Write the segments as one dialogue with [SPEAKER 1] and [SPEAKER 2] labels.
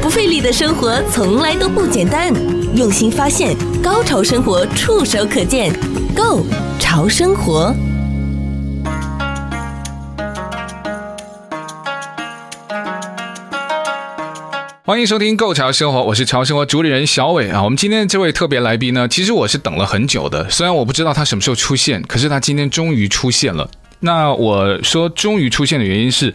[SPEAKER 1] 不费力的生活从来都不简单，用心发现，高潮生活触手可见 Go 潮生活。
[SPEAKER 2] 欢迎收听《购潮生活》，我是潮生活主理人小伟啊。我们今天这位特别来宾呢，其实我是等了很久的，虽然我不知道他什么时候出现，可是他今天终于出现了。那我说终于出现的原因是，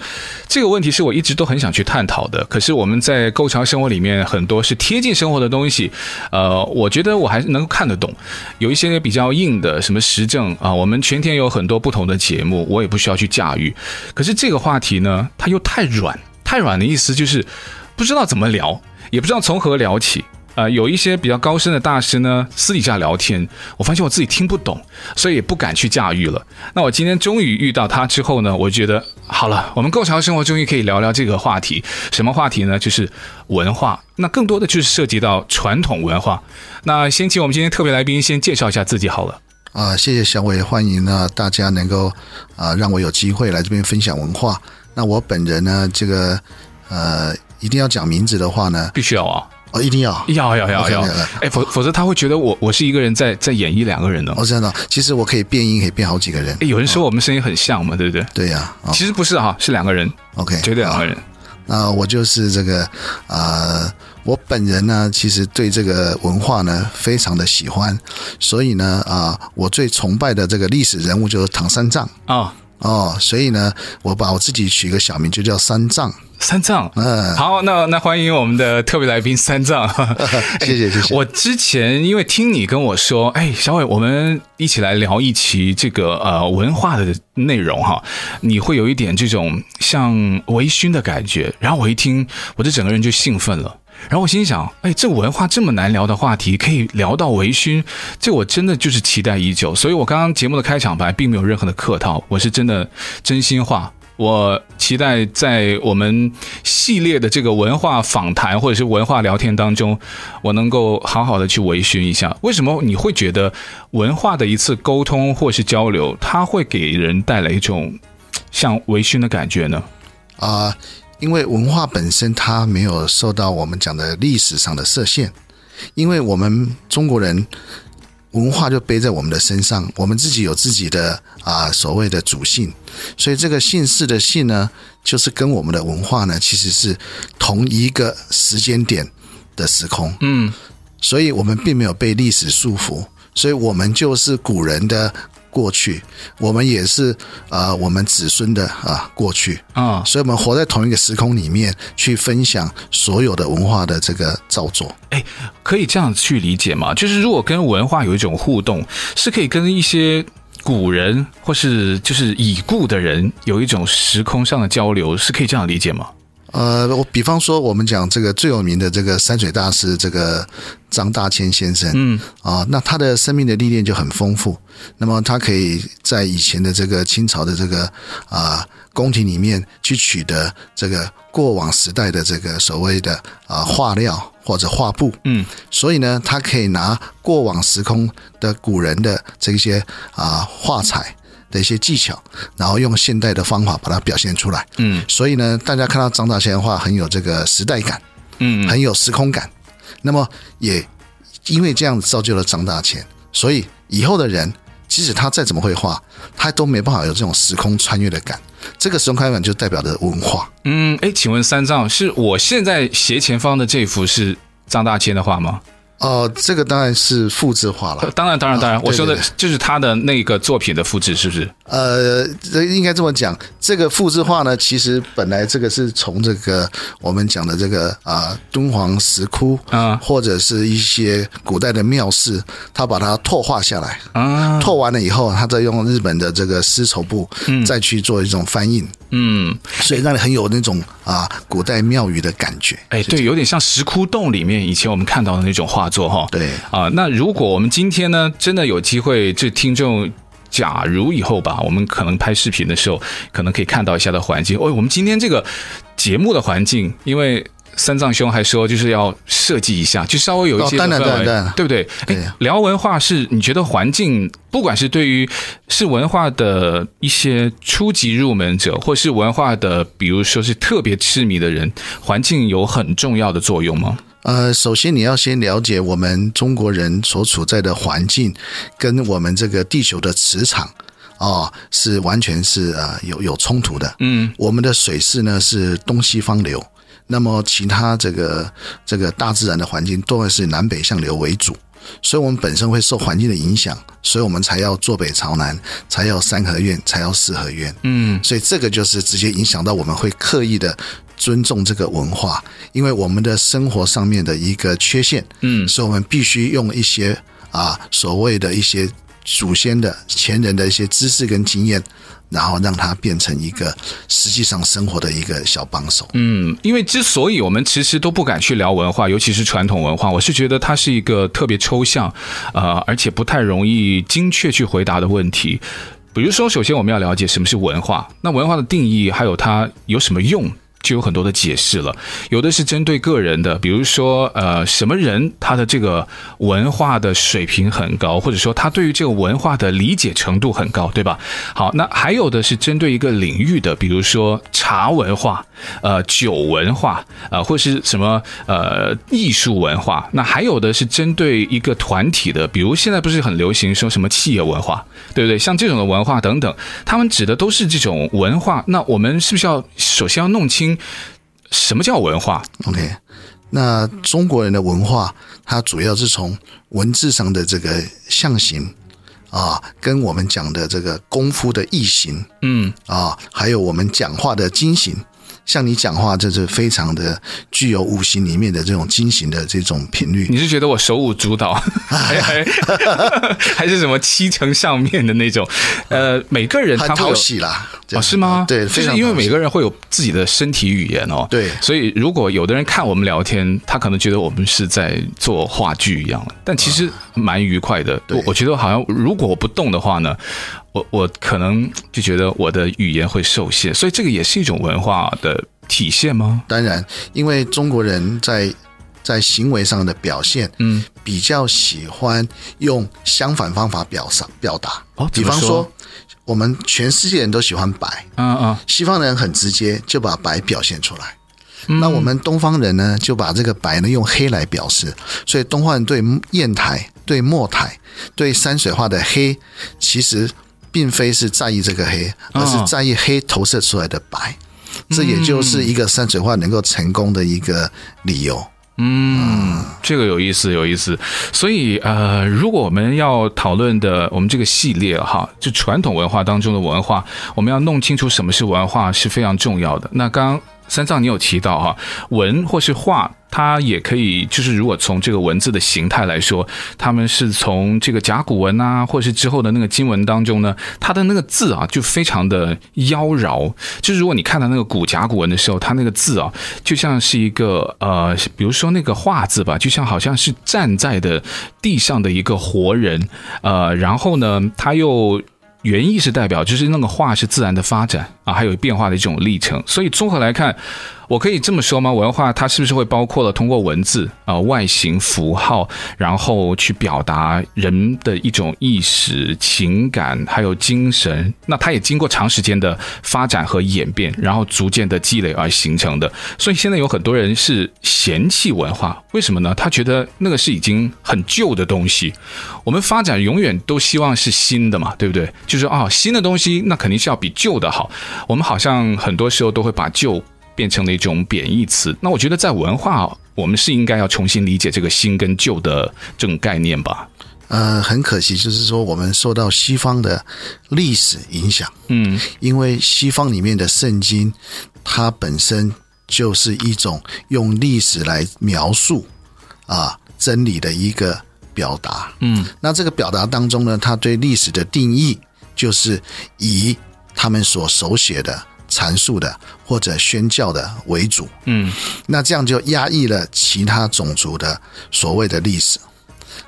[SPEAKER 2] 这个问题是我一直都很想去探讨的。可是我们在《购潮生活》里面很多是贴近生活的东西，呃，我觉得我还是能够看得懂。有一些比较硬的，什么时政啊，我们全天有很多不同的节目，我也不需要去驾驭。可是这个话题呢，它又太软，太软的意思就是不知道怎么聊，也不知道从何聊起。呃，有一些比较高深的大师呢，私底下聊天，我发现我自己听不懂，所以也不敢去驾驭了。那我今天终于遇到他之后呢，我觉得好了，我们购潮生活终于可以聊聊这个话题。什么话题呢？就是文化。那更多的就是涉及到传统文化。那先请我们今天特别来宾先介绍一下自己好了。
[SPEAKER 3] 啊，谢谢小伟，欢迎呢大家能够啊让我有机会来这边分享文化。那我本人呢，这个呃一定要讲名字的话呢，
[SPEAKER 2] 必须要啊，
[SPEAKER 3] 哦一定要。
[SPEAKER 2] 要要要
[SPEAKER 3] OK，
[SPEAKER 2] 要
[SPEAKER 3] 明白，
[SPEAKER 2] 哎，否否则他会觉得我我是一个人在在演绎两个人呢。
[SPEAKER 3] 哦，真的，其实我可以变音，可以变好几个人
[SPEAKER 2] 哎，。有人说我们声音很像嘛，对不对？
[SPEAKER 3] 对呀、哦
[SPEAKER 2] 其实不是啊，是两个人，
[SPEAKER 3] ，OK，
[SPEAKER 2] 绝对两
[SPEAKER 3] 好
[SPEAKER 2] 个人。
[SPEAKER 3] 那我就是这个呃，我本人呢，其实对这个文化呢非常的喜欢，所以呢啊、我最崇拜的这个历史人物就是唐三藏
[SPEAKER 2] 啊、
[SPEAKER 3] 哦，所以呢，我把我自己取一个小名就叫三藏。
[SPEAKER 2] 三藏，
[SPEAKER 3] 嗯
[SPEAKER 2] 好，那那欢迎我们的特别来宾三藏，
[SPEAKER 3] 哎谢谢谢谢
[SPEAKER 2] 我之前因为听你跟我说，哎，小伟，我们一起来聊一期这个呃文化的内容哈，你会有一点这种像微醺的感觉，然后我一听，我这整个人就兴奋了。然后我心想，哎，这文化这么难聊的话题，可以聊到微醺，这我真的就是期待已久。所以我刚刚节目的开场白并没有任何的客套，我是真的真心话。我期待在我们系列的这个文化访谈或者是文化聊天当中，我能够好好的去微醺一下。为什么你会觉得文化的一次沟通或是交流，它会给人带来一种像微醺的感觉呢？
[SPEAKER 3] 啊、因为文化本身它没有受到我们讲的历史上的设限，因为我们中国人文化就背在我们的身上，我们自己有自己的啊、所谓的祖姓，所以这个姓氏的姓呢，就是跟我们的文化呢其实是同一个时间点的时空，
[SPEAKER 2] 嗯，
[SPEAKER 3] 所以我们并没有被历史束缚，所以我们就是古人的过去，我们也是啊、我们子孙的啊、过去。
[SPEAKER 2] 啊、
[SPEAKER 3] 所以我们活在同一个时空里面，去分享所有的文化的这个造作。
[SPEAKER 2] 哎，可以这样去理解吗？就是如果跟文化有一种互动，是可以跟一些古人或是就是已故的人有一种时空上的交流，是可以这样理解吗？
[SPEAKER 3] 呃，我比方说，我们讲这个最有名的这个山水大师，这个张大千先生，嗯，啊，那他的生命的历练就很丰富。那么他可以在以前的这个清朝的这个啊、宫廷里面去取得这个过往时代的这个所谓的啊、画料或者画布，
[SPEAKER 2] 嗯，
[SPEAKER 3] 所以呢，他可以拿过往时空的古人的这些啊、画彩的一些技巧，然后用现代的方法把它表现出来。
[SPEAKER 2] 嗯
[SPEAKER 3] 所以呢，大家看到张大千的话，很有这个时代感，
[SPEAKER 2] 嗯，
[SPEAKER 3] 很有时空感。那么也因为这样造就了张大千，所以以后的人，即使他再怎么会画，他都没办法有这种时空穿越的感。这个时空穿越感就代表着文化。
[SPEAKER 2] 嗯，哎，请问三藏是我现在斜前方的这幅是张大千的画吗？
[SPEAKER 3] 哦、这个当然是复制化了
[SPEAKER 2] 呃。当然，当然，当然，
[SPEAKER 3] 啊
[SPEAKER 2] 我说的
[SPEAKER 3] 对对
[SPEAKER 2] 就是他的那个作品的复制，是不是？
[SPEAKER 3] 呃，这应该这么讲，这个复制化呢，其实本来这个是从这个我们讲的这个啊、敦煌石窟
[SPEAKER 2] 啊
[SPEAKER 3] 或者是一些古代的庙寺，它把它拓化下来，
[SPEAKER 2] 啊，
[SPEAKER 3] 拓完了以后，它再用日本的这个丝绸布再去做一种翻印，
[SPEAKER 2] 嗯，
[SPEAKER 3] 所以让你很有那种啊古代庙宇的感觉。
[SPEAKER 2] 哎，对，有点像石窟洞里面以前我们看到的那种画作哈。
[SPEAKER 3] 对
[SPEAKER 2] 啊，那如果我们今天呢，真的有机会，这听众。假如以后吧，我们可能拍视频的时候，可能可以看到一下的环境。哦，我们今天这个节目的环境，因为三藏兄还说就是要设计一下，就稍微有一些
[SPEAKER 3] 哦当然
[SPEAKER 2] 氛围
[SPEAKER 3] 当然当然
[SPEAKER 2] 对不对？
[SPEAKER 3] 对
[SPEAKER 2] 哎聊文化是你觉得环境，不管是对于是文化的一些初级入门者，或是文化的，比如说是特别痴迷的人，环境有很重要的作用吗？
[SPEAKER 3] 呃，首先你要先了解我们中国人所处在的环境，跟我们这个地球的磁场哦，是完全是呃有有冲突的。
[SPEAKER 2] 嗯，
[SPEAKER 3] 我们的水势呢是东西方流，那么其他这个这个大自然的环境都会是南北向流为主。所以，我们本身会受环境的影响，所以我们才要坐北朝南，才要三合院，才要四合院。
[SPEAKER 2] 嗯，
[SPEAKER 3] 所以这个就是直接影响到我们会刻意的尊重这个文化，因为我们的生活上面的一个缺陷，
[SPEAKER 2] 嗯
[SPEAKER 3] 所以我们必须用一些啊所谓的一些祖先的前人的一些知识跟经验，然后让它变成一个实际上生活的一个小帮手。
[SPEAKER 2] 嗯，因为之所以我们迟迟都不敢去聊文化，尤其是传统文化，我是觉得它是一个特别抽象，呃，而且不太容易精确去回答的问题。比如说，首先我们要了解什么是文化，那文化的定义还有它有什么用，就有很多的解释了。有的是针对个人的，比如说呃，什么人他的这个文化的水平很高，或者说他对于这个文化的理解程度很高，对吧？好，那还有的是针对一个领域的，比如说茶文化、呃酒文化、呃或是什么呃艺术文化。那还有的是针对一个团体的，比如呃现在不是很流行说什么企业文化，对不对？像这种的文化等等，他们指的都是这种文化。那我们是不是要首先要弄清什么叫文化？
[SPEAKER 3] OK，那中国人的文化，它主要是从文字上的这个象形啊，跟我们讲的这个功夫的意形，
[SPEAKER 2] 嗯
[SPEAKER 3] 啊，还有我们讲话的精行。像你讲话，就是非常的具有五行里面的这种精行的这种频率。
[SPEAKER 2] 你是觉得我手舞足 蹈，还还 还是什么七成上面的那 种？呃，每个人
[SPEAKER 3] 嗯很
[SPEAKER 2] 他会
[SPEAKER 3] 讨
[SPEAKER 2] 有。
[SPEAKER 3] 喜啦，这
[SPEAKER 2] 哦，
[SPEAKER 3] 样啊
[SPEAKER 2] 是吗？
[SPEAKER 3] 对，
[SPEAKER 2] 就
[SPEAKER 3] 非
[SPEAKER 2] 是
[SPEAKER 3] 常
[SPEAKER 2] 因为
[SPEAKER 3] 讨
[SPEAKER 2] 每
[SPEAKER 3] 喜
[SPEAKER 2] 个人会有自己的身体语言哦。
[SPEAKER 3] 对
[SPEAKER 2] 所以如果有的人看我们聊天，他可能觉得我们是在做话剧一样，但其
[SPEAKER 3] 啊
[SPEAKER 2] 实蛮愉快的。我我觉得好像如果我不动的话呢，我我可能就觉得我的语言会受限，所以这个也是一种文化的体现吗？
[SPEAKER 3] 当然，因为中国人在在行为上的表现，
[SPEAKER 2] 嗯，
[SPEAKER 3] 比较喜欢用相反方法表达表达。
[SPEAKER 2] 哦
[SPEAKER 3] 比
[SPEAKER 2] 怎么
[SPEAKER 3] 方
[SPEAKER 2] 说
[SPEAKER 3] 说，我们全世界人都喜欢白，
[SPEAKER 2] 嗯嗯，
[SPEAKER 3] 西方人很直接，就把白表现出来。那我们东方人呢，就把这个白呢用黑来表示，所以东方人对砚台、对墨台、对山水画的黑，其实并非是在意这个黑，而是在意黑投射出来的白。这也就是一个山水画能够成功的一个理由。
[SPEAKER 2] 嗯，这个有意思，有意思。所以呃，如果我们要讨论的我们这个系列哈，就传统文化当中的文化，我们要弄清楚什么是文化是非常重要的。那刚刚三藏你有提到哈，文或是画，它也可以就是如果从这个文字的形态来说，他们是从这个甲骨文啊，或是之后的那个金文当中呢，它的那个字啊就非常的妖娆。就是如果你看到那个古甲骨文的时候，它那个字啊，就像是一个呃，比如说那个“画”字吧，就像好像是站在的地上的一个活人，呃，然后呢，它又原意是代表就是那个画是自然的发展啊，还有变化的一种历程。所以综合来看，我可以这么说吗？文化它是不是会包括了通过文字啊、呃外形、符号，然后去表达人的一种意识、情感还有精神？那它也经过长时间的发展和演变，然后逐渐的积累而形成的。所以现在有很多人是嫌弃文化，为什么呢？他觉得那个是已经很旧的东西，我们发展永远都希望是新的嘛，对不对？就是啊、新的东西那肯定是要比旧的好。我们好像很多时候都会把旧变成了一种贬义词。那我觉得在文化，我们是应该要重新理解这个新跟旧的这种概念吧。
[SPEAKER 3] 呃，很可惜，就是说我们受到西方的历史影响，
[SPEAKER 2] 嗯
[SPEAKER 3] 因为西方里面的圣经，它本身就是一种用历史来描述啊真理的一个表达。
[SPEAKER 2] 嗯
[SPEAKER 3] 那这个表达当中呢，他对历史的定义就是以他们所手写的阐述的或者宣教的为主。
[SPEAKER 2] 嗯，
[SPEAKER 3] 那这样就压抑了其他种族的所谓的历史。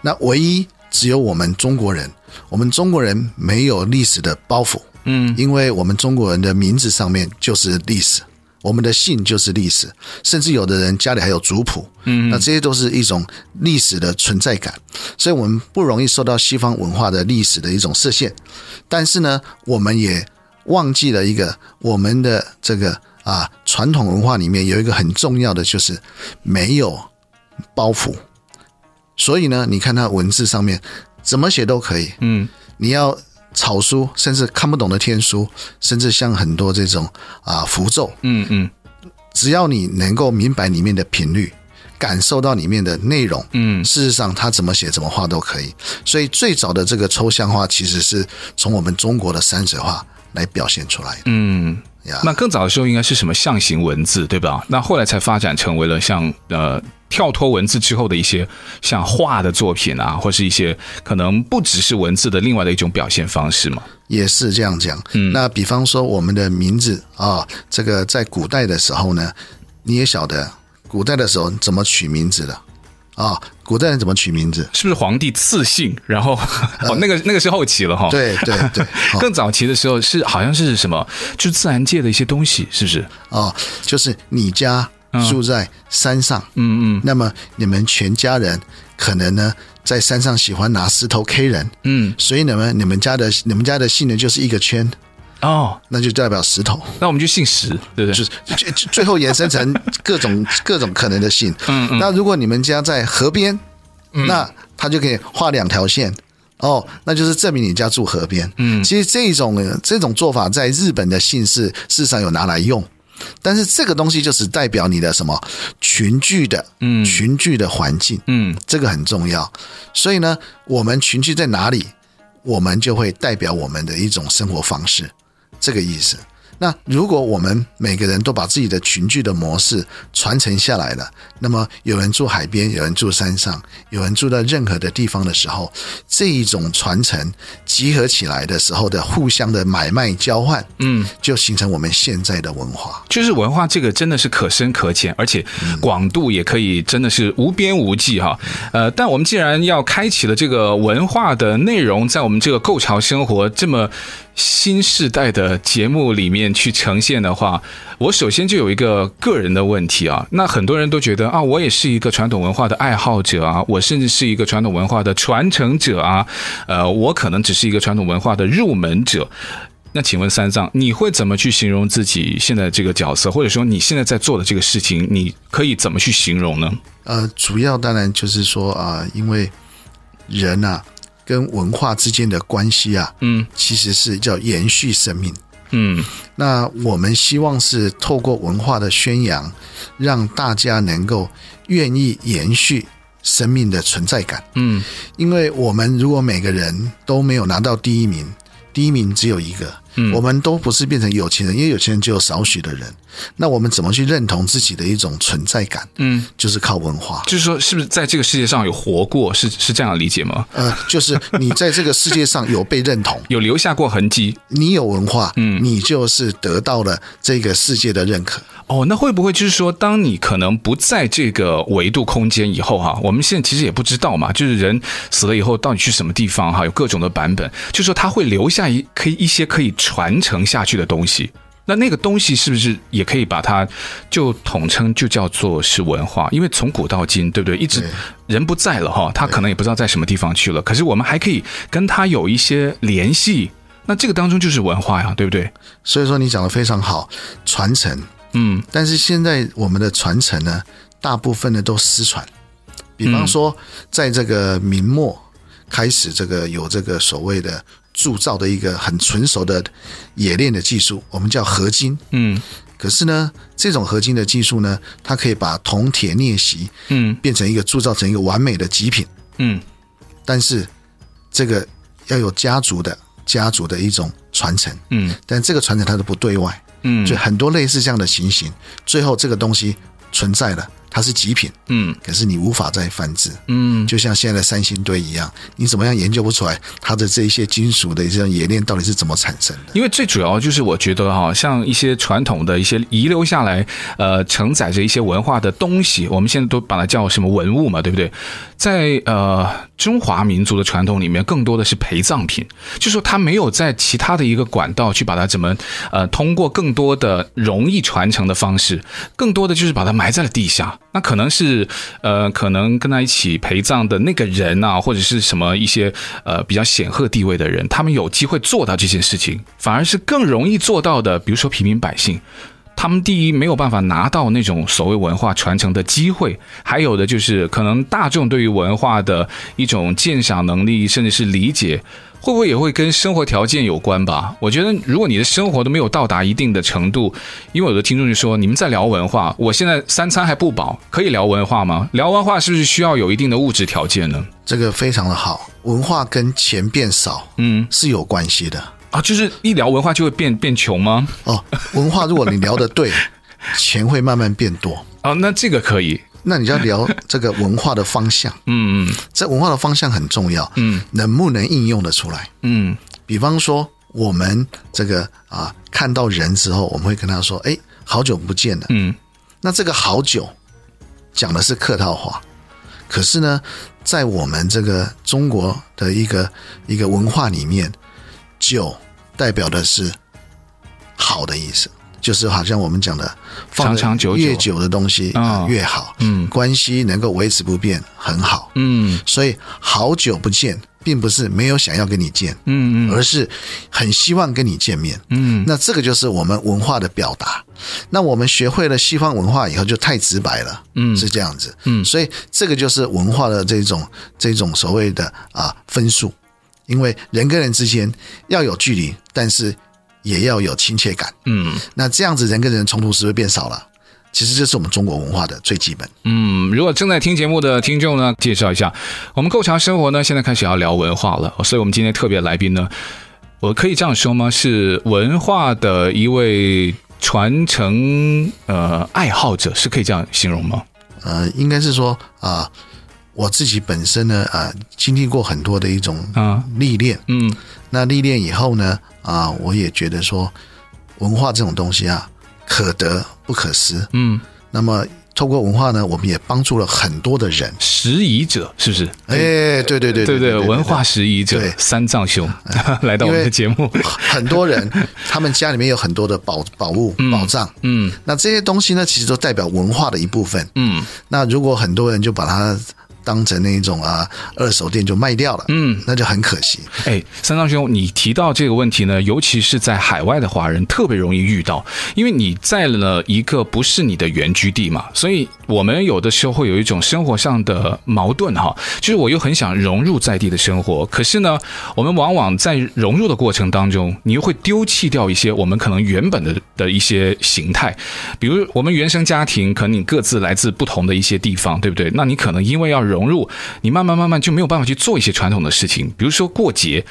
[SPEAKER 3] 那唯一只有我们中国人，我们中国人没有历史的包袱。
[SPEAKER 2] 嗯，
[SPEAKER 3] 因为我们中国人的名字上面就是历史，我们的姓就是历史，甚至有的人家里还有族谱。嗯，那这些都是一种历史的存在感，所以我们不容易受到西方文化的历史的一种设限。但是呢，我们也忘记了一个我们的这个啊传统文化里面有一个很重要的，就是没有包袱。所以呢，你看它文字上面怎么写都可以，
[SPEAKER 2] 嗯，
[SPEAKER 3] 你要草书，甚至看不懂的天书，甚至像很多这种啊符咒，
[SPEAKER 2] 嗯嗯
[SPEAKER 3] 只要你能够明白里面的频率，感受到里面的内容，
[SPEAKER 2] 嗯
[SPEAKER 3] 事实上它怎么写怎么画都可以。所以最早的这个抽象画其实是从我们中国的山水画来表现出来的
[SPEAKER 2] 嗯。
[SPEAKER 3] 呀。
[SPEAKER 2] 那更早的时候应该是什么象形文字，对吧？那后来才发展成为了像呃跳脱文字之后的一些像画的作品啊，或是一些可能不只是文字的另外的一种表现方式嘛。
[SPEAKER 3] 也是这样讲。
[SPEAKER 2] 嗯
[SPEAKER 3] 那比方说我们的名字啊、这个在古代的时候呢，你也晓得古代的时候怎么取名字的啊、古代人怎么取名字？
[SPEAKER 2] 是不是皇帝赐姓？然后 哦，那个那个是后期了哈。。
[SPEAKER 3] 对对 对，哦
[SPEAKER 2] 更早期的时候是好像是什么，就自然界的一些东西，是不是？
[SPEAKER 3] 哦，就是你家住在山上，
[SPEAKER 2] 嗯嗯嗯
[SPEAKER 3] 那么你们全家人可能呢在山上喜欢拿石头 K 人，
[SPEAKER 2] 嗯
[SPEAKER 3] 所以你们你们家的你们家的姓呢就是一个圈，
[SPEAKER 2] 哦，
[SPEAKER 3] 那就代表石头，
[SPEAKER 2] 那我们就姓石，对不对？
[SPEAKER 3] 就是就就就最后延伸成各种各种可能的姓。
[SPEAKER 2] 嗯嗯
[SPEAKER 3] 那如果你们家在河边，那他就可以画两条线。哦，那就是证明你家住河边。嗯，其实这种呃这种做法在日本的姓氏事实上有拿来用，但是这个东西就只代表你的什么群聚的，嗯，群聚的环境，
[SPEAKER 2] 嗯
[SPEAKER 3] 这个很重要。所以呢，我们群聚在哪里，我们就会代表我们的一种生活方式，这个意思。那如果我们每个人都把自己的群聚的模式传承下来了，那么有人住海边，有人住山上，有人住在任何的地方的时候，这一种传承集合起来的时候的互相的买卖交换，
[SPEAKER 2] 嗯，
[SPEAKER 3] 就形成我们现在的文化。
[SPEAKER 2] 就是文化这个真的是可深可浅，而且广度也可以真的是无边无际哈。呃，但我们既然要开启了这个文化的内容，在我们这个构潮生活这么新时代的节目里面去呈现的话，我首先就有一个个人的问题啊。那很多人都觉得啊，我也是一个传统文化的爱好者啊，我甚至是一个传统文化的传承者啊，呃，我可能只是一个传统文化的入门者。那请问三藏，你会怎么去形容自己现在这个角色，或者说你现在在做的这个事情，你可以怎么去形容呢？
[SPEAKER 3] 呃，主要当然就是说啊、因为人啊跟文化之间的关系啊，
[SPEAKER 2] 嗯
[SPEAKER 3] 其实是叫延续生命。
[SPEAKER 2] 嗯
[SPEAKER 3] 那我们希望是透过文化的宣扬，让大家能够愿意延续生命的存在感。
[SPEAKER 2] 嗯
[SPEAKER 3] 因为我们如果每个人都没有拿到第一名，第一名只有一个，
[SPEAKER 2] 嗯
[SPEAKER 3] 我们都不是变成有钱人，因为有钱人只有少许的人。那我们怎么去认同自己的一种存在感？
[SPEAKER 2] 嗯，
[SPEAKER 3] 就是靠文化。
[SPEAKER 2] 就是说，是不是在这个世界上有活过，是是这样理解吗？
[SPEAKER 3] 呃，就是你在这个世界上有被认同，
[SPEAKER 2] 有留下过痕迹
[SPEAKER 3] 你有文化，
[SPEAKER 2] 嗯
[SPEAKER 3] 你就是得到了这个世界的认可。
[SPEAKER 2] 哦？那会不会就是说，当你可能不在这个维度空间以后哈、我们现在其实也不知道嘛，就是人死了以后到底去什么地方哈、有各种的版本，就说他会留下一可以一些可以传承下去的东西。那那个东西是不是也可以把它就统称就叫做是文化？因为从古到今，对不对？一直
[SPEAKER 3] 对
[SPEAKER 2] 人不在了哈，他可能也不知道在什么地方去了，可是我们还可以跟他有一些联系。那这个当中就是文化呀，对不对？
[SPEAKER 3] 所以说你讲的非常好，传承。
[SPEAKER 2] 嗯
[SPEAKER 3] 但是现在我们的传承呢，大部分呢都失传。比
[SPEAKER 2] 嗯
[SPEAKER 3] 方说，在这个明末开始，这个有这个所谓的铸造的一个很纯熟的冶炼的技术，我们叫合金。
[SPEAKER 2] 嗯
[SPEAKER 3] 可是呢，这种合金的技术呢，它可以把铜、铁、镍、锡
[SPEAKER 2] 嗯
[SPEAKER 3] 变成一个铸造成一个完美的极品。
[SPEAKER 2] 嗯
[SPEAKER 3] 但是这个要有家族的家族的一种传承，
[SPEAKER 2] 嗯
[SPEAKER 3] 但这个传承它都不对外，
[SPEAKER 2] 嗯
[SPEAKER 3] 所以很多类似这样的情形，最后这个东西存在了，它是极品，
[SPEAKER 2] 嗯
[SPEAKER 3] 可是你无法再繁殖。
[SPEAKER 2] 嗯，
[SPEAKER 3] 就像现在的三星堆一样，你怎么样研究不出来它的这一些金属的这种冶炼到底是怎么产生的？
[SPEAKER 2] 因为最主要就是我觉得哈、像一些传统的一些遗留下来，呃，承载着一些文化的东西，我们现在都把它叫什么文物嘛，对不对？在呃中华民族的传统里面，更多的是陪葬品，就说它没有在其他的一个管道去把它怎么呃通过更多的容易传承的方式，更多的就是把它埋在了地下。那可能是呃，可能跟他一起陪葬的那个人啊，或者是什么一些呃比较显赫地位的人，他们有机会做到这件事情，反而是更容易做到的，比如说平民百姓。他们第一没有办法拿到那种所谓文化传承的机会，还有的就是可能大众对于文化的一种鉴赏能力，甚至是理解，会不会也会跟生活条件有关吧？我觉得如果你的生活都没有到达一定的程度，因为有的听众就说你们在聊文化，我现在三餐还不饱，可以聊文化吗？聊文化是不是需要有一定的物质条件呢？
[SPEAKER 3] 这个非常的好，文化跟钱变少，
[SPEAKER 2] 嗯，
[SPEAKER 3] 是有关系的
[SPEAKER 2] 啊，就是一聊文化就会变变穷吗？
[SPEAKER 3] 哦。文化如果你聊得对， 钱会慢慢变多。
[SPEAKER 2] 啊，那这个可以，
[SPEAKER 3] 那你就要 聊这个文化的方向，
[SPEAKER 2] 嗯嗯
[SPEAKER 3] 这文化的方向很重要，嗯，能不能应用得出来？
[SPEAKER 2] 嗯
[SPEAKER 3] 比方说，我们这个啊，看到人之后，我们会跟他说：“哎，好久不见了。
[SPEAKER 2] 嗯，”
[SPEAKER 3] 那这个“好久”讲的是客套话，可是呢，在我们这个中国的一个一个文化里面，“久”代表的是好的意思，就是好像我们讲的，放得
[SPEAKER 2] 长长久久
[SPEAKER 3] 越久的东西、
[SPEAKER 2] 啊
[SPEAKER 3] 啊越好，
[SPEAKER 2] 嗯
[SPEAKER 3] 关系能够维持不变，很好。
[SPEAKER 2] 嗯
[SPEAKER 3] 所以好久不见，并不是没有想要跟你见，
[SPEAKER 2] 嗯嗯
[SPEAKER 3] 而是很希望跟你见面。
[SPEAKER 2] 嗯，
[SPEAKER 3] 那这个就是我们文化的表达。那我们学会了西方文化以后，就太直白了，
[SPEAKER 2] 嗯
[SPEAKER 3] 是这样子，
[SPEAKER 2] 嗯
[SPEAKER 3] 所以这个就是文化的这种这种所谓的啊分数，因为人跟人之间要有距离，但是也要有亲切感。
[SPEAKER 2] 嗯。
[SPEAKER 3] 那这样子人跟人的冲突是不是变少了？其实这是我们中国文化的最基本。
[SPEAKER 2] 嗯，如果正在听节目的听众呢，介绍一下，我们构桥生活呢，现在开始要聊文化了，所以我们今天特别来宾呢，我可以这样说吗？是文化的一位传承呃爱好者，是可以这样形容吗？
[SPEAKER 3] 呃，应该是说啊、我自己本身呢，啊，经历过很多的一种
[SPEAKER 2] 啊，
[SPEAKER 3] 历练。
[SPEAKER 2] 嗯
[SPEAKER 3] 那历练以后呢，啊，我也觉得说，文化这种东西啊，可得不可失。
[SPEAKER 2] 嗯，
[SPEAKER 3] 那么透过文化呢，我们也帮助了很多的人。
[SPEAKER 2] 拾遗者是不是？
[SPEAKER 3] 哎，对对对
[SPEAKER 2] 对
[SPEAKER 3] 对，
[SPEAKER 2] 文化拾遗者
[SPEAKER 3] 对
[SPEAKER 2] 三藏兄来到我们的节目，
[SPEAKER 3] 很多人，他们家里面有很多的 宝宝物、宝藏。
[SPEAKER 2] 嗯
[SPEAKER 3] 那这些东西呢，其实都代表文化的一部分。
[SPEAKER 2] 嗯
[SPEAKER 3] 那如果很多人就把它当成那种啊二手店就卖掉了，
[SPEAKER 2] 嗯，
[SPEAKER 3] 那就很可惜。
[SPEAKER 2] 哎，三藏兄，你提到这个问题呢，尤其是在海外的华人特别容易遇到，因为你在了一个不是你的原居地嘛，所以我们有的时候会有一种生活上的矛盾哈，就是我又很想融入在地的生活，可是呢，我们往往在融入的过程当中，你又会丢弃掉一些我们可能原本的的一些形态，比如我们原生家庭，可能你各自来自不同的一些地方，对不对？那你可能因为要融入，你慢慢慢慢就没有办法去做一些传统的事情，比如说过节。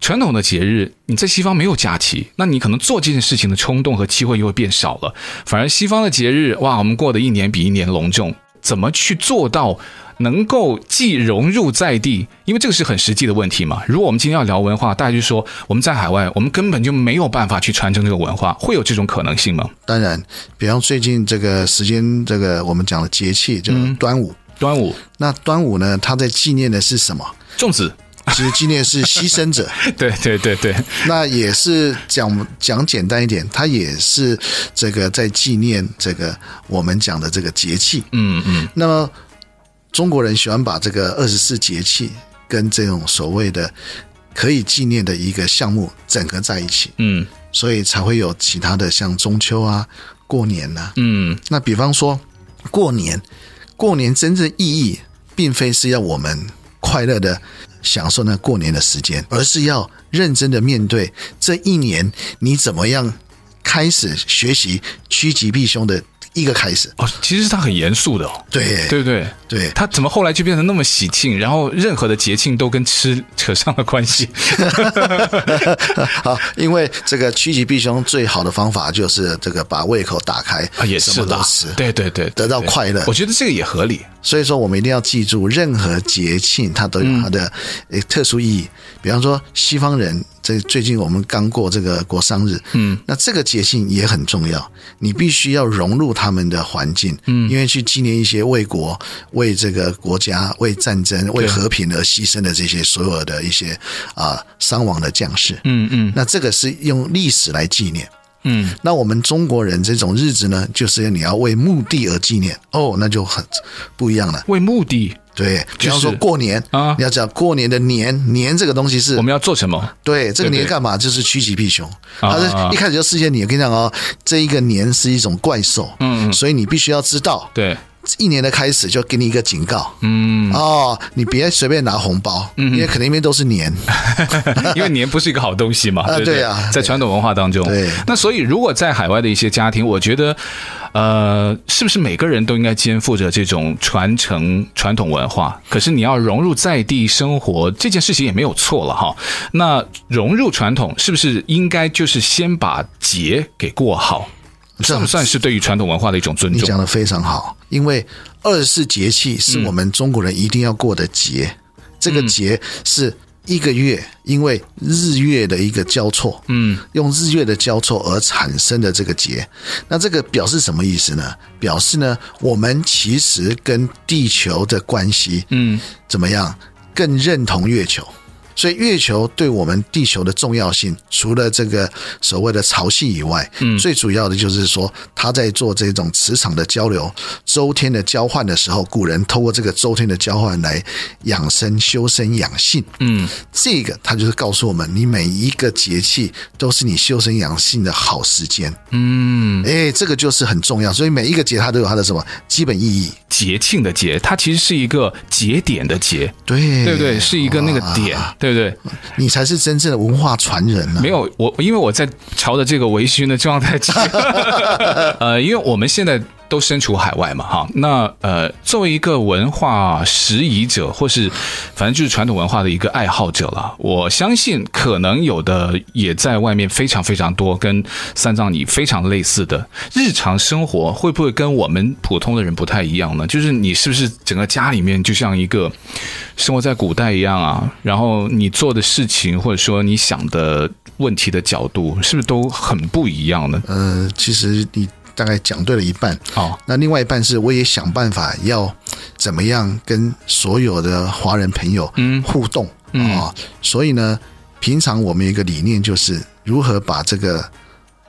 [SPEAKER 2] 传统的节日，你在西方没有假期，那你可能做这件事情的冲动和机会又会变少了。反而西方的节日，哇，我们过得一年比一年隆重。怎么去做到能够既融入在地？因为这个是很实际的问题嘛。如果我们今天要聊文化，大家就说我们在海外，我们根本就没有办法去传承这个文化，会有这种可能性吗？
[SPEAKER 3] 当然，比方最近这个时间，这个我们讲的节气，就是端午。
[SPEAKER 2] 端午、
[SPEAKER 3] 那端午呢，它在纪念的是什么？
[SPEAKER 2] 粽子，
[SPEAKER 3] 其实纪念是牺牲者。
[SPEAKER 2] 对对对对，
[SPEAKER 3] 那也是讲讲简单一点，它也是这个在纪念这个我们讲的这个节气。
[SPEAKER 2] 嗯嗯
[SPEAKER 3] 那么中国人喜欢把这个二十四节气跟这种所谓的可以纪念的一个项目整合在一起，
[SPEAKER 2] 嗯
[SPEAKER 3] 所以才会有其他的像中秋啊、过年呐、
[SPEAKER 2] 嗯
[SPEAKER 3] 那比方说过年，过年真正意义并非是要我们快乐的享受那过年的时间，而是要认真的面对这一年你怎么样开始学习趋吉避凶的。一个开始。
[SPEAKER 2] 哦，其实它很严肃的、哦，
[SPEAKER 3] 对
[SPEAKER 2] 对不对？
[SPEAKER 3] 对
[SPEAKER 2] 它怎么后来就变成那么喜庆？然后任何的节庆都跟吃扯上了关系。
[SPEAKER 3] 好，因为这个趋吉避凶最好的方法就是这个把胃口打开，
[SPEAKER 2] 啊， 也
[SPEAKER 3] 什
[SPEAKER 2] 是
[SPEAKER 3] 么
[SPEAKER 2] 啦
[SPEAKER 3] 都吃，，
[SPEAKER 2] 对对对，对
[SPEAKER 3] 得到
[SPEAKER 2] 对
[SPEAKER 3] 快乐
[SPEAKER 2] 我觉得这个也合理。
[SPEAKER 3] 所以说，我们一定要记住，任何节庆它都有它的呃特殊意义。比方说，西方人这最近我们刚过这个国殇日，嗯，那这个节庆也很重要，你必须要融入他们的环境，嗯，因为去纪念一些为国、为这个国家、为战争、为和平而牺牲的这些所有的一些啊、伤亡的将士，
[SPEAKER 2] 嗯嗯
[SPEAKER 3] 那这个是用历史来纪念。
[SPEAKER 2] 嗯，
[SPEAKER 3] 那我们中国人这种日子呢，就是你要为目的而纪念哦，那就很不一样了。
[SPEAKER 2] 为目的
[SPEAKER 3] 对，比
[SPEAKER 2] 就是
[SPEAKER 3] 方说过年
[SPEAKER 2] 啊
[SPEAKER 3] 你要讲过年的年年这个东西是
[SPEAKER 2] 我，们要做什么？
[SPEAKER 3] 对这个
[SPEAKER 2] 对
[SPEAKER 3] 年
[SPEAKER 2] 对
[SPEAKER 3] 干嘛就是趋吉避凶，
[SPEAKER 2] 啊
[SPEAKER 3] 它
[SPEAKER 2] 啊
[SPEAKER 3] 是一开始就事先你我跟你讲哦，这一个年是一种怪兽，
[SPEAKER 2] 嗯嗯
[SPEAKER 3] 所以你必须要知道，
[SPEAKER 2] 对，
[SPEAKER 3] 一年的开始就给你一个警告，
[SPEAKER 2] 嗯，
[SPEAKER 3] 哦，你别随便拿红包，因为肯定面都是年，
[SPEAKER 2] 因为年不是一个好东西嘛，
[SPEAKER 3] 啊
[SPEAKER 2] 对不
[SPEAKER 3] 对啊
[SPEAKER 2] 在传统文化当中，
[SPEAKER 3] 对
[SPEAKER 2] 那所以如果在海外的一些家庭，我觉得，呃，是不是每个人都应该肩负着这种传承传统文化？可是你要融入在地生活这件事情也没有错了哈。那融入传统是不是应该就是先把节给过好？
[SPEAKER 3] 这
[SPEAKER 2] 算不算是对于传统文化的一种尊
[SPEAKER 3] 你
[SPEAKER 2] 重？
[SPEAKER 3] 讲的非常好，因为二十四节气
[SPEAKER 2] 嗯
[SPEAKER 3] 是我们中国人一定要过的节，这个节是一个月，因为日月的一个交错，嗯，用日月的交错而产生的这个节。那这个表示什么意思呢？表示呢，我们其实跟地球的关系，
[SPEAKER 2] 嗯，
[SPEAKER 3] 怎么样更认同月球？所以月球对我们地球的重要性，除了这个所谓的潮汐以外，嗯，最主要的就是说，它在做这种磁场的交流、周天的交换的时候，古人透过这个周天的交换来养生、修身养性。
[SPEAKER 2] 嗯，
[SPEAKER 3] 这个它就是告诉我们，你每一个节气都是你修身养性的好时间。嗯，哎，这个就是很重要。所以每一个节它都有它的什么基本意义。
[SPEAKER 2] 节庆的节，它其实是一个节点的节，
[SPEAKER 3] 对，
[SPEAKER 2] 对不对？是一个那个
[SPEAKER 3] 嗯哇
[SPEAKER 2] 点，对不对？
[SPEAKER 3] 你才是真正的文化传人啊呢、
[SPEAKER 2] 没有，我因为我在朝着这个微醺的状态去，呃，因为我们现在都身处海外嘛，哈，那呃，作为一个文化拾遗者，或是反正就是传统文化的一个爱好者了，我相信可能有的也在外面非常非常多，跟三藏你非常类似的日常生活，会不会跟我们普通的人不太一样呢？就是你是不是整个家里面就像一个生活在古代一样啊，然后你做的事情或者说你想的问题的角度，是不是都很不一样呢？
[SPEAKER 3] 呃，其实你大概讲对了一半，
[SPEAKER 2] 哦，
[SPEAKER 3] 那另外一半是我也想办法要怎么样跟所有的华人朋友互动啊、哦所以呢，平常我们有一个理念就是如何把这个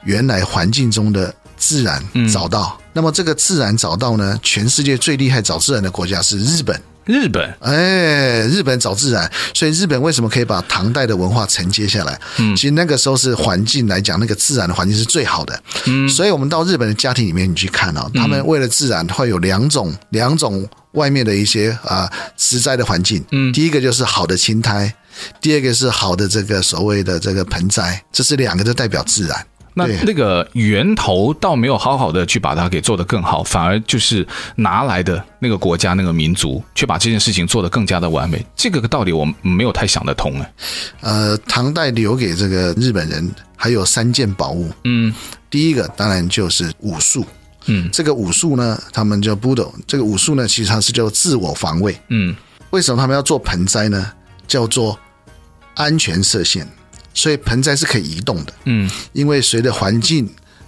[SPEAKER 3] 原来环境中的自然找到。那么这个自然找到呢，全世界最厉害找自然的国家是日本。
[SPEAKER 2] 日本，
[SPEAKER 3] 哎，日本找自然，所以日本为什么可以把唐代的文化承接下来？嗯，其实那个时候是环境来讲，那个自然的环境是最好的。嗯，所以我们到日本的家庭里面，你去看啊、他们为了自然会有两种两种外面的一些啊植栽的环境。嗯，第一个就是好的青苔，第二个是好的这个所谓的这个盆栽，这是两个都代表自然。
[SPEAKER 2] 那
[SPEAKER 3] 对
[SPEAKER 2] 那个源头倒没有好好的去把它给做得更好，反而就是拿来的那个国家那个民族，却把这件事情做得更加的完美。这个道理我没有太想得通哎。
[SPEAKER 3] 呃，唐代留给这个日本人还有三件宝物。
[SPEAKER 2] 嗯
[SPEAKER 3] 第一个当然就是武术。
[SPEAKER 2] 嗯
[SPEAKER 3] 这个武术呢，他们叫 Budo。这个武术呢，其实它是叫自我防卫。
[SPEAKER 2] 嗯
[SPEAKER 3] 为什么他们要做盆栽呢？叫做安全射线，所以盆栽是可以移动的。
[SPEAKER 2] 嗯
[SPEAKER 3] 因为随着环境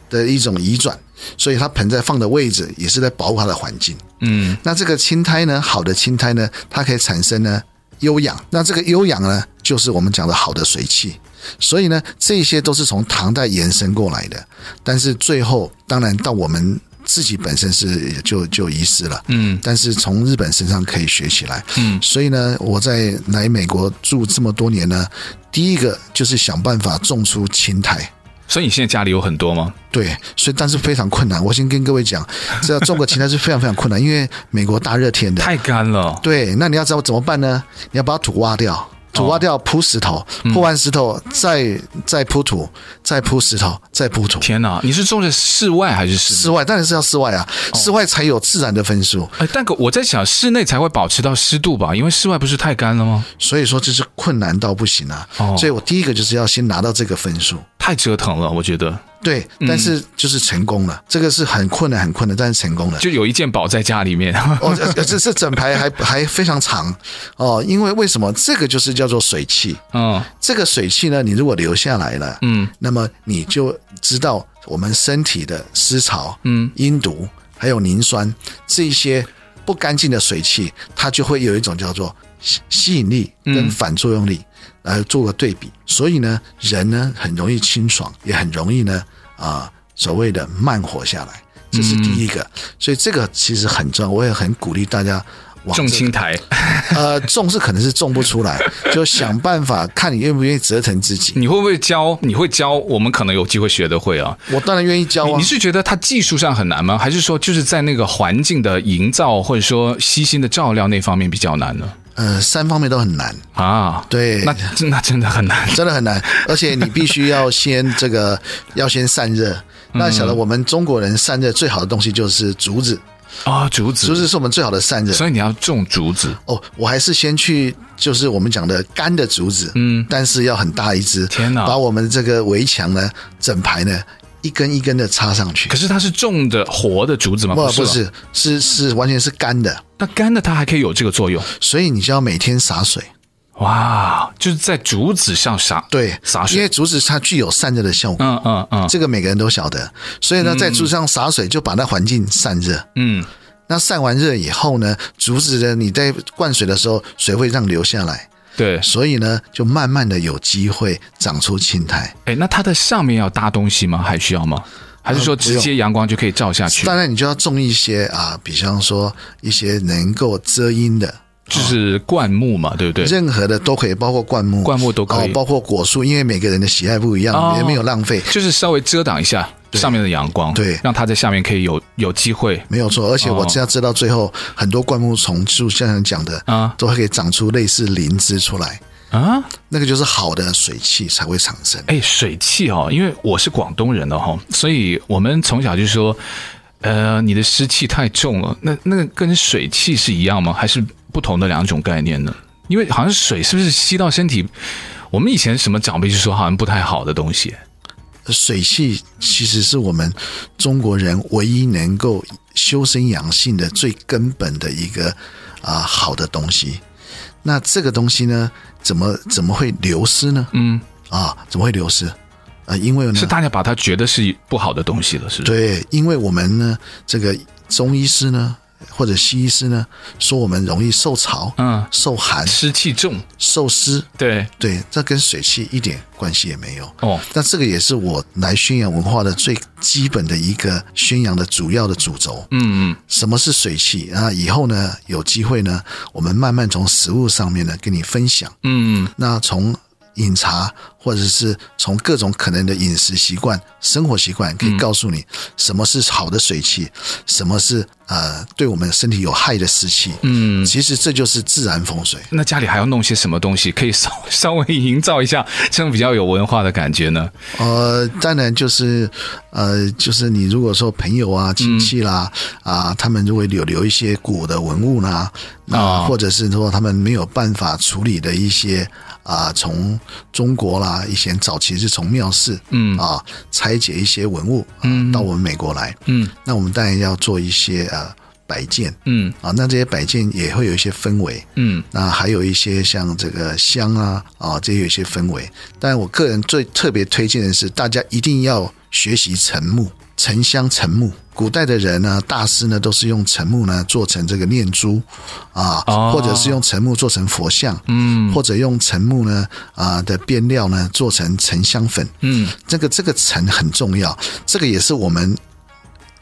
[SPEAKER 3] 的一种移转，所以它盆栽放的位置也是在保护它的环境。
[SPEAKER 2] 嗯
[SPEAKER 3] 那这个青苔呢，好的青苔呢，它可以产生呢优氧。那这个优氧呢，就是我们讲的好的水汽。所以呢，这些都是从唐代延伸过来的。但是最后，当然到我们自己本身是就就遗失了。
[SPEAKER 2] 嗯，
[SPEAKER 3] 但是从日本身上可以学起来。
[SPEAKER 2] 嗯，
[SPEAKER 3] 所以呢，我在来美国住这么多年呢，第一个就是想办法种出青苔。
[SPEAKER 2] 所以你现在家里有很多吗？
[SPEAKER 3] 对，所以但是非常困难。我先跟各位讲，这要种个青苔是非常非常困难，因为美国大热天的，
[SPEAKER 2] 太干了。
[SPEAKER 3] 对，那你要怎么怎么办呢？你要把土挖掉，土挖
[SPEAKER 2] 哦
[SPEAKER 3] 掉铺石头，
[SPEAKER 2] 嗯
[SPEAKER 3] 铺完石头再再铺土，再铺石头，再铺土。
[SPEAKER 2] 天哪，你是种在室外还是室内？
[SPEAKER 3] 室外当然是要室外啊，
[SPEAKER 2] 哦
[SPEAKER 3] 室外才有自然的分数。
[SPEAKER 2] 哎，但可我在想，室内才会保持到湿度吧？因为室外不是太干了吗？
[SPEAKER 3] 所以说这是困难到不行啊。
[SPEAKER 2] 哦
[SPEAKER 3] 所以我第一个就是要先拿到这个分数，
[SPEAKER 2] 太折腾了，我觉得。
[SPEAKER 3] 对，
[SPEAKER 2] 嗯
[SPEAKER 3] 但是就是成功了，这个是很困难很困难，但是成功了。
[SPEAKER 2] 就有一件宝在家里面，
[SPEAKER 3] 哦，这这这整排还还非常长哦，因为为什么这个就是叫做水汽？
[SPEAKER 2] 嗯
[SPEAKER 3] 这个水汽呢，你如果留下来了，
[SPEAKER 2] 嗯，
[SPEAKER 3] 那么你就知道我们身体的湿潮、嗯，阴毒还有磷酸这一些不干净的水汽，它就会有一种叫做吸吸引力跟反作用力来做个对比。所以呢，人呢很容易清爽，也很容易呢啊、所谓的慢活下来，这是第一个。所以这个其实很重要，我也很鼓励大家。往这
[SPEAKER 2] 种
[SPEAKER 3] 个
[SPEAKER 2] 青苔，
[SPEAKER 3] 呃，种是可能是种不出来，就想办法看你愿不愿意折腾自己。
[SPEAKER 2] 你会不会教？你会教我们？可能有机会学得会啊。
[SPEAKER 3] 我当然愿意教
[SPEAKER 2] 你
[SPEAKER 3] 啊
[SPEAKER 2] 你。是觉得它技术上很难吗？还是说就是在那个环境的营造或者说悉心的照料那方面比较难呢？
[SPEAKER 3] 呃，三方面都很难，
[SPEAKER 2] 啊，
[SPEAKER 3] 对
[SPEAKER 2] 那那真的很难。
[SPEAKER 3] 真的很难，而且你必须要先这个要先散热。
[SPEAKER 2] 嗯
[SPEAKER 3] 那晓得我们中国人散热最好的东西就是竹子，
[SPEAKER 2] 啊、竹子，
[SPEAKER 3] 竹子是我们最好的散热。
[SPEAKER 2] 所以你要种竹子。
[SPEAKER 3] 哦，我还是先去，就是我们讲的干的竹子，嗯，但是要很大一只，
[SPEAKER 2] 天哪
[SPEAKER 3] 把我们这个围墙呢，整排呢，一根一根的插上去
[SPEAKER 2] 可。是它是种的活的竹子吗？
[SPEAKER 3] 不，
[SPEAKER 2] 是哦
[SPEAKER 3] 不
[SPEAKER 2] 吧，
[SPEAKER 3] 是，是是完全是干的，
[SPEAKER 2] 那干的它还可以有这个作用。
[SPEAKER 3] 所以你就要每天洒水。
[SPEAKER 2] 哇，就是在竹子上撒
[SPEAKER 3] 对，
[SPEAKER 2] 洒
[SPEAKER 3] 因
[SPEAKER 2] 水
[SPEAKER 3] 为。竹子它具有散热的效果，
[SPEAKER 2] 嗯嗯嗯
[SPEAKER 3] 这个每个人都晓得。所以呢，在竹子上洒水就把那环境散热。
[SPEAKER 2] 嗯，
[SPEAKER 3] 那散完热以后呢，竹子呢，你在灌水的时候，水会让流下来，
[SPEAKER 2] 对。
[SPEAKER 3] 所以呢，就慢慢的有机会长出青苔。
[SPEAKER 2] 哎，那它的上面要搭东西吗？还需要吗？还
[SPEAKER 3] 啊
[SPEAKER 2] 是说直接阳光就可以照下去？
[SPEAKER 3] 当然，你就要种一些啊，比方说一些能够遮阴的，
[SPEAKER 2] 就是灌木嘛，对不对？
[SPEAKER 3] 任何的都可以，包括灌木，
[SPEAKER 2] 灌木都可以
[SPEAKER 3] 哦包括果树，因为每个人的喜爱不一
[SPEAKER 2] 哦
[SPEAKER 3] 样，也没有浪费。
[SPEAKER 2] 就是稍微遮挡一下上面的阳光，
[SPEAKER 3] 对
[SPEAKER 2] 让它在下面可以有有机会。
[SPEAKER 3] 没有错，而且我这样知道最后、很多灌木丛，就像你讲的
[SPEAKER 2] 啊
[SPEAKER 3] 都可以长出类似灵芝出来，
[SPEAKER 2] 啊，
[SPEAKER 3] 那个就是好的水汽才会产生。
[SPEAKER 2] 哎，水汽哦，因为我是广东人的哈、所以我们从小就说，呃，你的湿气太重了。那那个跟水汽是一样吗？还是不同的两种概念呢？因为好像水是不是吸到身体？我们以前什么长辈就说好像不太好的东西，
[SPEAKER 3] 水汽其实是我们中国人唯一能够修身养性的最根本的一个啊、好的东西。那这个东西呢，怎么怎么会流失呢？嗯，啊，怎么会流失？啊，因为呢，
[SPEAKER 2] 是大家把它觉得是不好的东西了，是不是？
[SPEAKER 3] 对，因为我们呢，这个中医师呢，或者西医师呢，说我们容易受潮、
[SPEAKER 2] 嗯，
[SPEAKER 3] 受寒、
[SPEAKER 2] 湿气重，
[SPEAKER 3] 受湿，
[SPEAKER 2] 对，
[SPEAKER 3] 对，这跟水气一点关系也没有。
[SPEAKER 2] 哦，
[SPEAKER 3] 那这个也是我来宣扬文化的最基本的一个宣扬的主要的主轴。
[SPEAKER 2] 嗯嗯，
[SPEAKER 3] 什么是水气？啊，以后呢，有机会呢，我们慢慢从食物上面呢跟你分享。
[SPEAKER 2] 嗯，
[SPEAKER 3] 那从饮茶，或者是从各种可能的饮食习惯、生活习惯，可以告诉你什么是好的水气，什么是呃对我们身体有害的湿气。嗯，其实这就是自然风水。
[SPEAKER 2] 那家里还要弄些什么东西，可以稍 稍微营造一下这种比较有文化的感觉呢？
[SPEAKER 3] 呃，当然就是，呃，就是你如果说朋友啊、亲戚啦，啊，他们如果有留一些古的文物啦，那、
[SPEAKER 2] 啊
[SPEAKER 3] 或者是说他们没有办法处理的一些啊，从中国啦，以前早期是从庙寺，嗯啊，拆解一些文物，嗯，到我们美国来，
[SPEAKER 2] 嗯，
[SPEAKER 3] 那我们当然要做一些呃摆件，
[SPEAKER 2] 嗯
[SPEAKER 3] 啊，那这些摆件也会有一些氛围，
[SPEAKER 2] 嗯，
[SPEAKER 3] 那还有一些像这个香啊啊，这些有一些氛围。但我个人最特别推荐的是，大家一定要学习沉木、沉香、沉木。古代的人呢，大师呢都是用沉木呢做成这个念珠啊，
[SPEAKER 2] 哦
[SPEAKER 3] 或者是用沉木做成佛像，嗯，或者用沉木呢啊的边料呢做成沉香粉，
[SPEAKER 2] 嗯，
[SPEAKER 3] 这个这个沉很重要，这个也是我们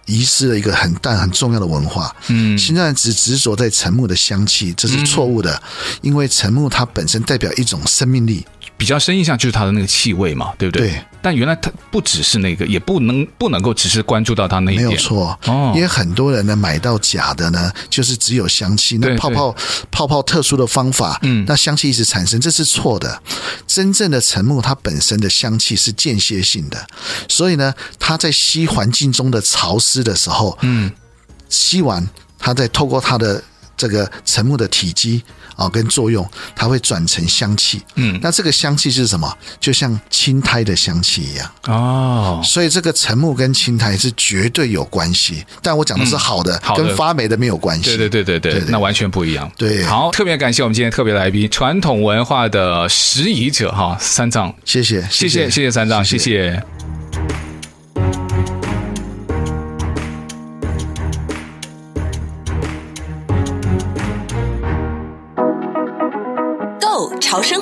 [SPEAKER 3] 遗失了一个很但很重要的文化。嗯，现在只执着在沉木的香气，这是错误的，因为沉木它本身代表一种生命力，
[SPEAKER 2] 比较深印象就是它的那个气味嘛，对不对？
[SPEAKER 3] 对。
[SPEAKER 2] 但原来它不只是那个，也不能不能够只是关注到它那一
[SPEAKER 3] 没
[SPEAKER 2] 点。
[SPEAKER 3] 有错，
[SPEAKER 2] 哦
[SPEAKER 3] 因为很多人呢买到假的呢，就是只有香气，
[SPEAKER 2] 对
[SPEAKER 3] 那泡泡泡泡特殊的方法，嗯，那香气一直产生，这是错的。真正的沉木它本身的香气是间歇性的，所以呢，它在吸环境中的潮湿的时候，嗯，吸完它再透过它的。这个沉木的体积啊、跟作用，它会转成香气。嗯，那这个香气是什么？就像青苔的香气一样。
[SPEAKER 2] 哦，
[SPEAKER 3] 所以这个沉木跟青苔是绝对有关系，但我讲的是好的，
[SPEAKER 2] 嗯好的
[SPEAKER 3] 跟发霉的没有关系。
[SPEAKER 2] 对对对对对，
[SPEAKER 3] 对对
[SPEAKER 2] 那完全不一样。
[SPEAKER 3] 对
[SPEAKER 2] 好，特别感谢我们今天特别来宾，传统文化的拾遗者哈，三藏，
[SPEAKER 3] 谢谢，
[SPEAKER 2] 谢谢谢谢三藏，谢谢。
[SPEAKER 1] Go 潮生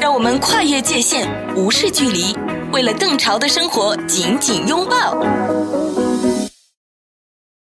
[SPEAKER 1] 让我们跨越界限，无视距离，为了更潮的生活紧紧拥抱。